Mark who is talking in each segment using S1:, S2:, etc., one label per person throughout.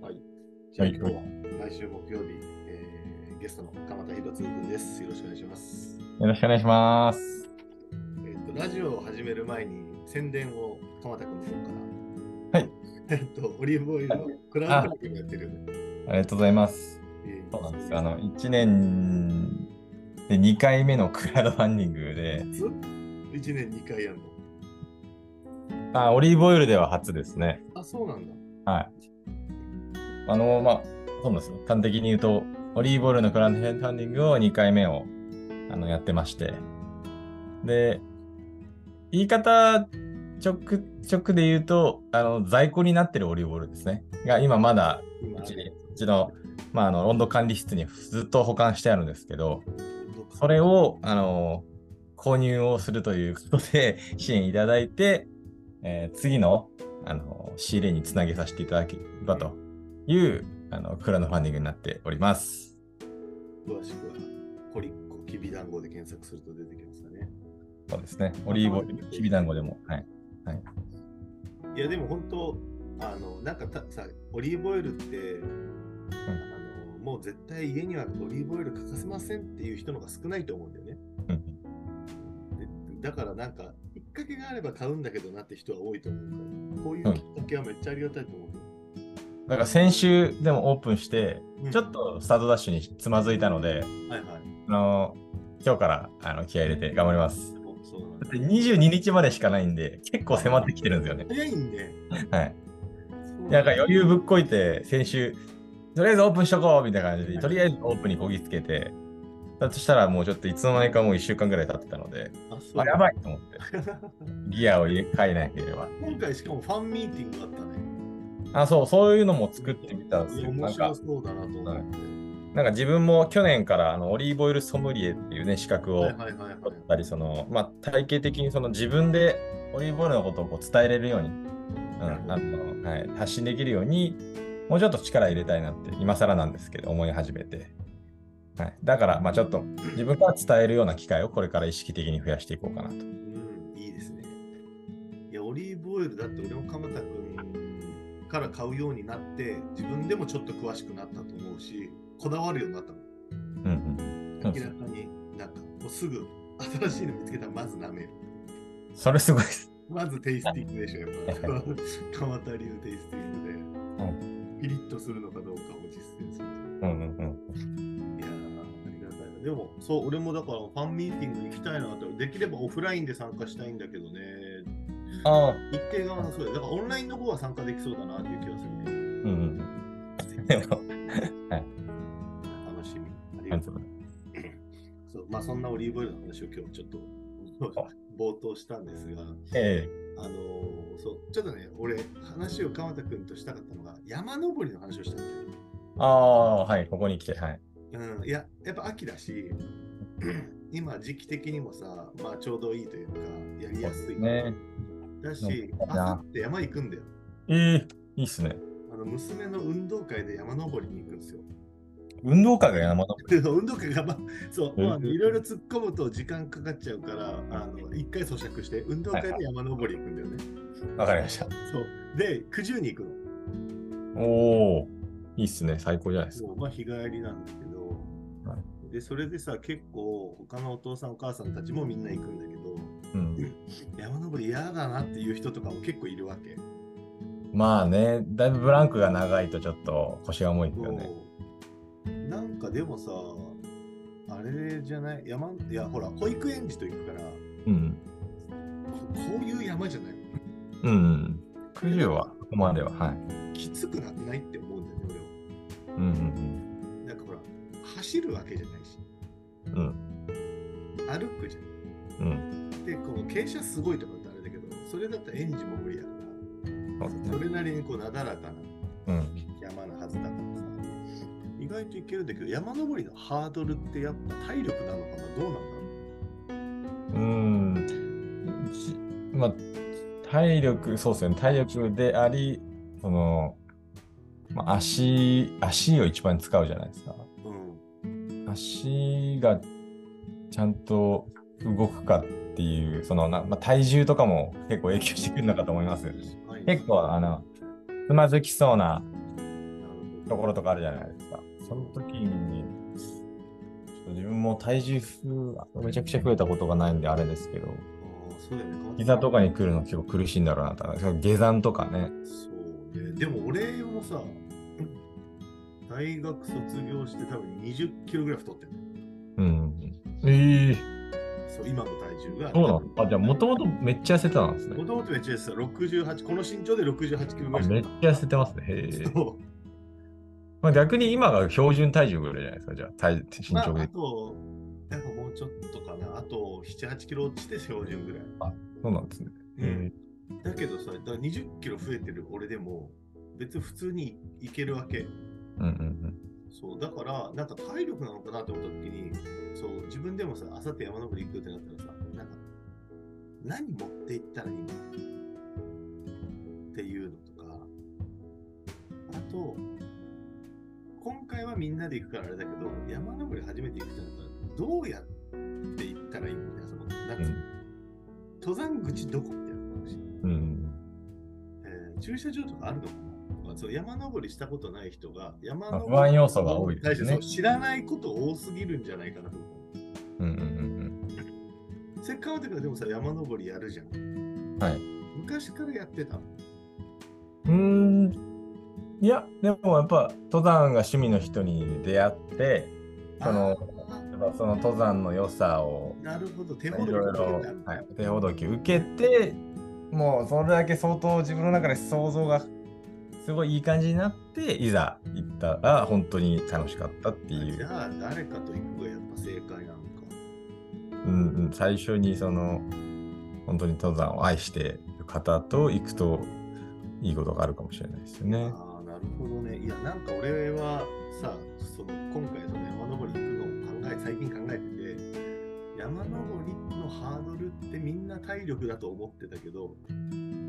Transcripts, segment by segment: S1: はい、どうも。
S2: 毎週木曜日、えー、ゲストの鎌田博次君です。よろしくお願いします。
S1: よろしくお願いします。
S2: えっ、ー、と、ラジオを始める前に宣伝を鎌田君の
S1: 方から。はい。
S2: えっと、オリーブオイルのクラウドファンディングやってる
S1: あ。ありがとうございます。えー、そうなんですあの、1年で2回目のクラウドファンディングで。
S2: 1年2回やるの
S1: あオリーブオイルでは初ですね。
S2: あ、そうなんだ。
S1: はい。あの、まあ、そうです。端的に言うと、オリーブオイルのクラウドファンディングを2回目をあのやってまして。で、言い方直、直で言うと、あの在庫になってるオリーブオイルですね。が今まだうちうちの,、まあ、あの温度管理室にずっと保管してあるんですけど、それを、あの、購入をするということで支援いただいて、えー、次のあの仕入れにつなげさせていただければというあのクラウドファンディングになっております。
S2: 詳しくはコリッコきび団子で検索すると出てきますかね。
S1: そうですね。オリーブオイルきび団子でも。はい。はい、
S2: いや、でも本当、あの、なんかたさ、オリーブオイルって、うん、あのもう絶対家にはオリーブオイル欠かせませんっていう人のが少ないと思うんだよね。うん、でだからなんかきっかけがあれば買うんだけどなって人は多いと思うから、こういうきっかけはめっちゃありがたいと思う。
S1: うん、だから先週でもオープンして、うん、ちょっとスタートダッシュにつまずいたので、はいはい、あの今日からあの気合入れて頑張ります。そうそうだって22日までしかないんで、結構迫ってきてるんですよね。
S2: 早いんで。
S1: はい。なんか余裕ぶっこいて、先週、とりあえずオープンしとこうみたいな感じで、はい、とりあえずオープンにこぎつけて、だとしたらもうちょっといつの間にかもう1週間ぐらい経ってたので、ああやばいと思って、ギアを入れ替えなければ。
S2: 今回しかもファンミーティングがあったね。
S1: あ、そう、そういうのも作ってみたんですよ。
S2: 面白そうだなと思って。、
S1: なんか自分も去年からあのオリーブオイルソムリエっていうね資格を取ったりそのまあ体系的にその自分でオリーブオイルのことをこう伝えれるように、うん、あのはい、発信できるようにもうちょっと力入れたいなって今更なんですけど思い始めてはい、だから、まあ、ちょっと自分から伝えるような機会をこれから意識的に増やしていこうかなと。うん
S2: いいですね。いや、オリーブオイルだって俺も鎌田君から買うようになって、自分でもちょっと詳しくなったと思うし、こだわるようになったもん。うんうん、明らかになんか、もうすぐ新しいの見つけたらまず舐める。
S1: それすごいです。
S2: まずテイスティングでしょ、やっぱ。鎌田流テイスティングで。うん、ピリッとするのかどうかを実践する。うんうんうんでも、そう、俺もだからファンミーティング行きたいなと、できればオフラインで参加したいんだけどね。
S1: ああ。。
S2: 一定がそうだ。だからオンラインの方は参加できそうだなっていう気がするね。うん
S1: でも、はい。
S2: 楽しみ。ありがとうございます。そう、まあそんなオリーブオイルの話を今日ちょっと冒頭したんですが、
S1: え
S2: えー。あのー、そう、ちょっとね、俺、話を鎌田君としたかったのが、山登りの話をしたんだよ。
S1: ああ、はい、ここに来て、はい。
S2: うん、いや、やっぱ秋だし、 今時期的にもさ、まあちょうどいいというか、やりやすい。
S1: ね、
S2: だし、あって山行くんだよ。
S1: えー、いいっすね。
S2: あの娘の運動会で山登りに行くんですよ。
S1: 運動会が山登り
S2: 運動会が、まあ、そう、まあ、いろいろ突っ込むと時間かかっちゃうから、あの一回咀嚼して、運動会で山登り行くんだよね。
S1: わ、かりました。
S2: そう。で、九十に行く
S1: の。おお、いいっすね。最高じゃないですか。
S2: まあ、日帰りなんだけど。はい、でそれでさ結構他のお父さんお母さんたちもみんな行くんだけど、うん、山登り嫌だなっていう人とかも結構いるわけ
S1: まあねだいぶブランクが長いとちょっと腰が重いんだよね
S2: なんかでもさあれじゃない山いやほら保育園児と行くから、
S1: うん、
S2: こういう山じゃない
S1: うん、うん、九十はここまでははい
S2: きつくなってないって思うんだよね
S1: 俺はうんうんうん
S2: 走るわけじゃないし、
S1: うん、
S2: 歩くじ
S1: ゃん。うん、
S2: でこう傾斜すごいとかってあれだけどそれだったらエンジンも無理だからそ、ね,、れなりにこうなだらかな、うん、山のはずだからさ意外といけるんだけど山登りのハードルってやっぱ体力なのかなどう
S1: なんだろううんまあ体力そうですね体力でありその、まあ、足足を一番使うじゃないですか。足がちゃんと動くかっていうそのまあ、体重とかも結構影響してくるのかと思います。結構あのつまずきそうなところとかあるじゃないですか。その時に、ちょっと自分も体重めちゃくちゃ増えたことがないんであれですけど、
S2: ああ、そうだよね。変わって
S1: 膝とかに来るの結構苦しいんだろうなと。それ下山とかね。
S2: そうね。でも俺もさ、大学卒業して多分20キロぐらい太ってる。
S1: うん。ええ
S2: そう、今の体重が。
S1: そうなのあ、じゃあもともとめっちゃ痩せてたんですね
S2: も。ともとめっちゃ痩せてた。68、この身長で68キロぐ
S1: あ
S2: らい
S1: めっちゃ痩せてますね。へえ。
S2: そう
S1: まあ、逆に今が標準体重ぐらいじゃないですか、じゃあ、体身
S2: まあ、
S1: 長
S2: あ
S1: で。
S2: と、なんかもうちょっとかな。あと7、8キロ落ちて標準ぐらい。
S1: そうなんですね。
S2: うんだけどさ、だから20キロ増えてる俺でも、別に普通にいけるわけ。
S1: うんうん
S2: そう、だから、なんか体力なのかなって思った時に、そう、自分でもさ、あさって山登り行くってなったらさ、なんか、何持って行ったらいいのっていうのとか、あと、今回はみんなで行くからあれだけど、山登り初めて行くってなったら、どうやって行ったらいいのみたいな、その、なんか、登山口どこみたいな話。
S1: うん。うん
S2: えー駐車場とかあるのかなとかそう山登りしたことない人が山
S1: まあ
S2: 登り
S1: 不安要素が多いですね
S2: そう。知らないこと多すぎるんじゃないかなと思
S1: うんうんうん
S2: う。せっかくだからでもさ山登りやるじゃん。
S1: うん。はい。
S2: 昔からやってた。
S1: うーん。いや、でもやっぱ、登山が趣味の人に出会って、その、やっぱその登山の良さを、
S2: なるほど、手
S1: い
S2: ほ
S1: ろい
S2: どき
S1: ろ
S2: 受けたん、だ
S1: はい、手ほどき受けて、もうそれだけ相当自分の中で想像がすごいいい感じになって、いざ行ったら本当に楽しかったっていう
S2: じ。ゃあ誰かと行くがやっぱ正解なのか。
S1: うんうん、最初にその本当に登山を愛している方と行くといいことがあるかもしれないですよね。
S2: ああ、なるほどね。いや、なんか俺はさ、その今回その山登り行くのを考え、最近考えてて、山登りのハードルってみんな体力だと思ってたけど、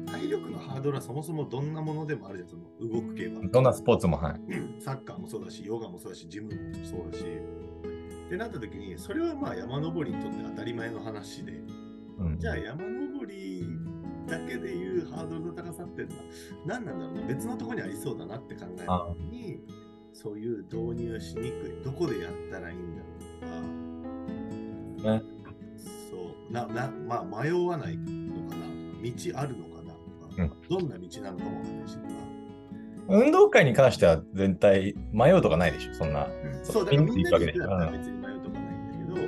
S2: 体力のハードルはそもそもどんなものでもあるじゃん、その動く系は。
S1: どんなスポーツもはい。
S2: サッカーもそうだし、ヨガもそうだし、ジムもそうだし。ってなった時に、それはまあ山登りにとって当たり前の話で、
S1: うん、
S2: じゃあ山登りだけでいうハードルの高さってのは何なんだろうな別のところにありそうだなって考えた時にそういう導入しにくいどこでやったらいいんだろうとか、
S1: ね
S2: そうななまあ迷わないのかなとか道あるのかなとか、どんな道なのかもわかんないしとか
S1: 運動会に関しては全体迷うとかないでしょ、そんな。そう
S2: そうだからみんなで
S1: ピン
S2: 行
S1: ク
S2: く
S1: い
S2: だ
S1: う
S2: っ
S1: わけ
S2: たら
S1: ね
S2: 別に迷うとかないんだけど、そ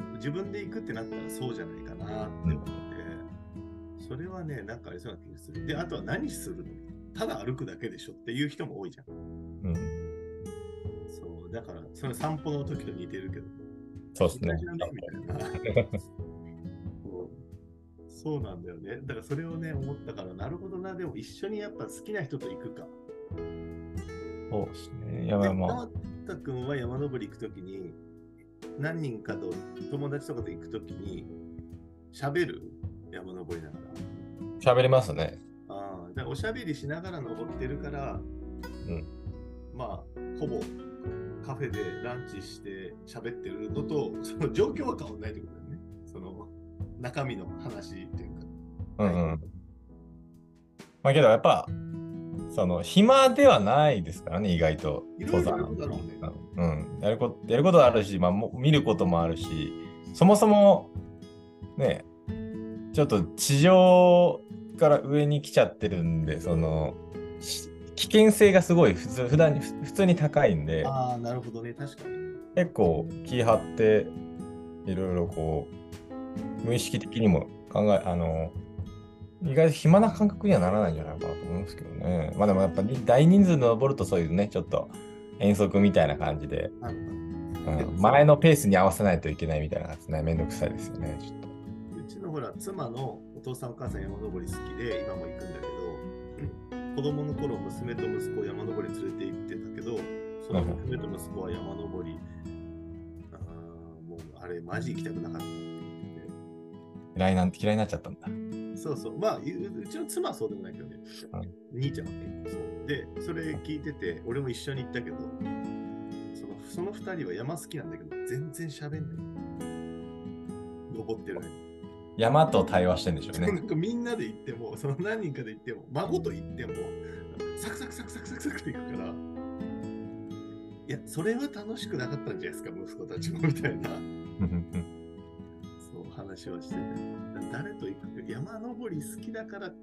S2: う自分で行くってなったらそうじゃないかなって思って、それはねなんかありそうな気がするであとは何するのただ歩くだけでしょっていう人も多いじゃん
S1: うん、
S2: そうだからその散歩の時と似てるけど
S1: そうですね。
S2: 昔のねみたい なそうそうなんだよねだからそれをね思ったからなるほどなでも一緒にやっぱ好きな人と行くか
S1: そうですね。やば
S2: で
S1: い、まあ
S2: 川田君は山登り行くときに、何人かと友達とかと行くときに、喋る山登りながら。
S1: 喋りますね。
S2: ああ、だからおしゃべりしながら登ってるから、
S1: ん
S2: まあ、ほぼカフェでランチして喋ってるのと、その状況は変わらないってことだよね。その中身の話っていうか。
S1: うんうん。まあけどやっぱ、その暇ではないですからね、意外と。
S2: いろいろあるんだろうね
S1: うん、やることやることあるし、まあ、も見ることもあるしそもそもねちょっと地上から上に来ちゃってるんでそのし危険性がすごい普通普段にふ普通に高いんで
S2: ああ、なるほどね。確かに。
S1: 結構気張っていろいろこう無意識的にも考えあの意外と暇な感覚にはならないんじゃないかなと思うんですけどねまあでもやっぱり大人数で登るとそういうねちょっと遠足みたいな感じで
S2: あの
S1: うん前のペースに合わせないといけないみたいなやつね、めんどくさいですよね、ちょっと。
S2: うちのほら妻のお父さんお母さん山登り好きで今も行くんだけど子供の頃娘と息子を山登り連れて行ってたけどその娘と息子は山登りあーもうあれマジ行きたくなかったって言って
S1: 嫌いなんて嫌いになっちゃったんだ。
S2: てそうそうまあううちの妻はそうでもないけどね、兄ちゃんは結構そうでそれ聞いてて俺も一緒に行ったけどそのその2人は山好きなんだけど全然喋んない登ってる間
S1: 山と対話してんでしょう
S2: な
S1: ね。
S2: んかみんなで行っても、その何人かで行っても、孫と行っても、サクサクサクサクサクサクって行くから、いや、それが楽しくなかったんじゃないですか、息子たちもみたいな、
S1: うん
S2: そう話をしてて。誰と行く山登り好きだから、好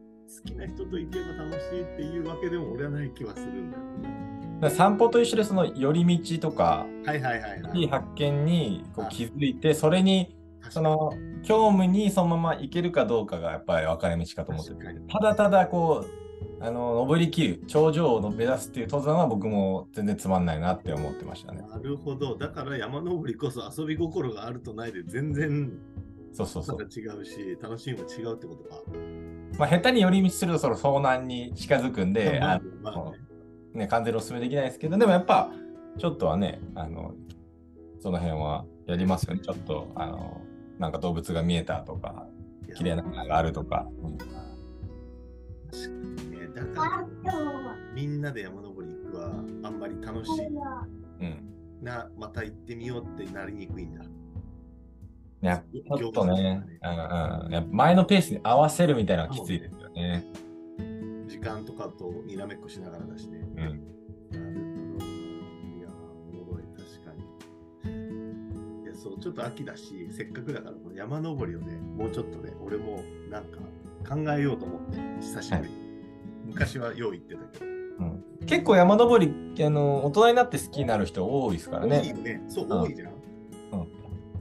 S2: きな人と行けば楽しいっていうわけでも俺はない気はするんだよね。
S1: だから散歩と一緒でその寄り道とか
S2: はいはいはいはい。
S1: いい発見にこう
S2: はい
S1: 気づいてそれにその興味にそのまま行けるかどうかがやっぱり分かれ道かと思って
S2: 確かに
S1: ただただこうあの登りきる頂上を目指すっていう登山は僕も全然つまんないなって思ってましたね。
S2: なるほど。だから山登りこそ遊び心があるとないで全然
S1: そうそうそ
S2: ま
S1: う
S2: た。違うし、楽しみも違うってことか。
S1: まあ、下手に寄り道するとその遭難に近づくんで、あ
S2: まあまあまあね
S1: のね、完全にお勧めできないですけど、でもやっぱちょっとはね、あのその辺はやりますよね。ちょっとあのなんか動物が見えたとか、
S2: いや
S1: 綺麗な花があるとか。うん
S2: 確かにね。だから、みんなで山登り行くはあんまり楽し
S1: うん、
S2: いな、また行ってみようってなりにくいんだ。
S1: やっぱちょっとね、うんうん、やっぱ前のペースに合わせるみたいなのはきついですよね。
S2: 時間とかとにらめっこしながらだしね。
S1: う
S2: なる
S1: ん、
S2: ほど。いやー、おもろい、確かに。いや、そう、ちょっと秋だし、せっかくだから、この山登りをね、もうちょっとね、俺もなんか考えようと思って、久しぶりに。昔はよう言ってたけど。
S1: 結構山登りあの、大人になって好きになる人多いですから
S2: 多いよ
S1: ね。
S2: ね。そう、
S1: うん
S2: 多いじゃ
S1: う
S2: ん。
S1: ん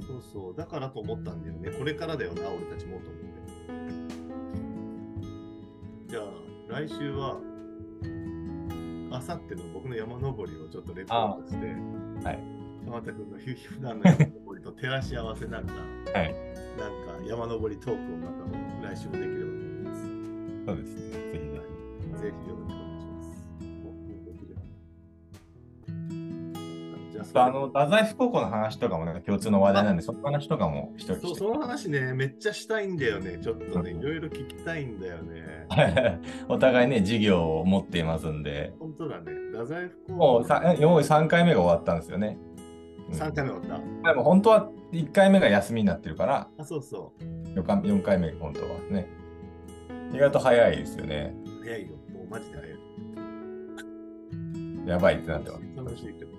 S2: そうそう、だからと思ったんだよね。これからだよな、俺たちもと思って。じゃあ、来週は、あさっての僕の山登りをちょっとレポートして、
S1: はい。
S2: 鎌田君のひ普段の山登りと照らし合わせながら、
S1: はい
S2: なんか山登りトークをまた来週もできればと思います。
S1: そうですね。ぜひぜひ
S2: ぜひよろしくお願いします。じゃあ
S1: ちょっとあの、太宰府高校の話とかもなんか共通の話題なんで、その話とかも一人
S2: そう
S1: して。
S2: その話ね、めっちゃしたいんだよね。ちょっとね、
S1: う
S2: い
S1: ん
S2: ろいろ聞きたいんだよね。
S1: お互いね、授業を持っていますんで、
S2: 本当だね。太宰府
S1: もう
S2: 高校
S1: さ用意3回目が終わったんですよね。うん
S2: 3回目終わっ
S1: でも本当は1回目が休みになってるから、
S2: た。あ、そうそ
S1: 4, 回4回目、本当はね。意外と早いですよね。
S2: う。早いよ。もうマジで早い。
S1: やばいってなってます。
S2: 楽しいけどね。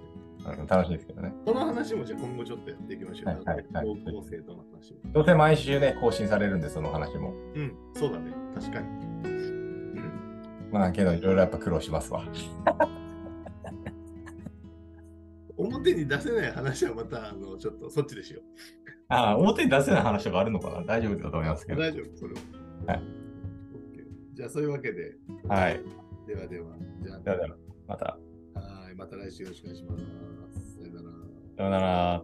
S1: うん楽しいですけどね。
S2: この話もじゃあ今後ちょっとやっていきましょう。
S1: はいはいはい
S2: 高校生との話も。
S1: どうせ毎週ね、更新されるんで、その話も。
S2: うん、そうだね。確かに。うん。
S1: まあ、けど、いろいろやっぱ苦労しますわ。
S2: 表に出せない話はまた、あの、ちょっとそっちでしよう。
S1: ああ、表に出せない話とかあるのかな大丈夫だと思いますけど。
S2: 大丈夫、それは。
S1: はい
S2: OK。じゃあ、そういうわけで、
S1: はい。
S2: ではでは、じゃあ、
S1: ではではまた、
S2: はい、また来週よろしくお願いします。さよなら。
S1: さようなら。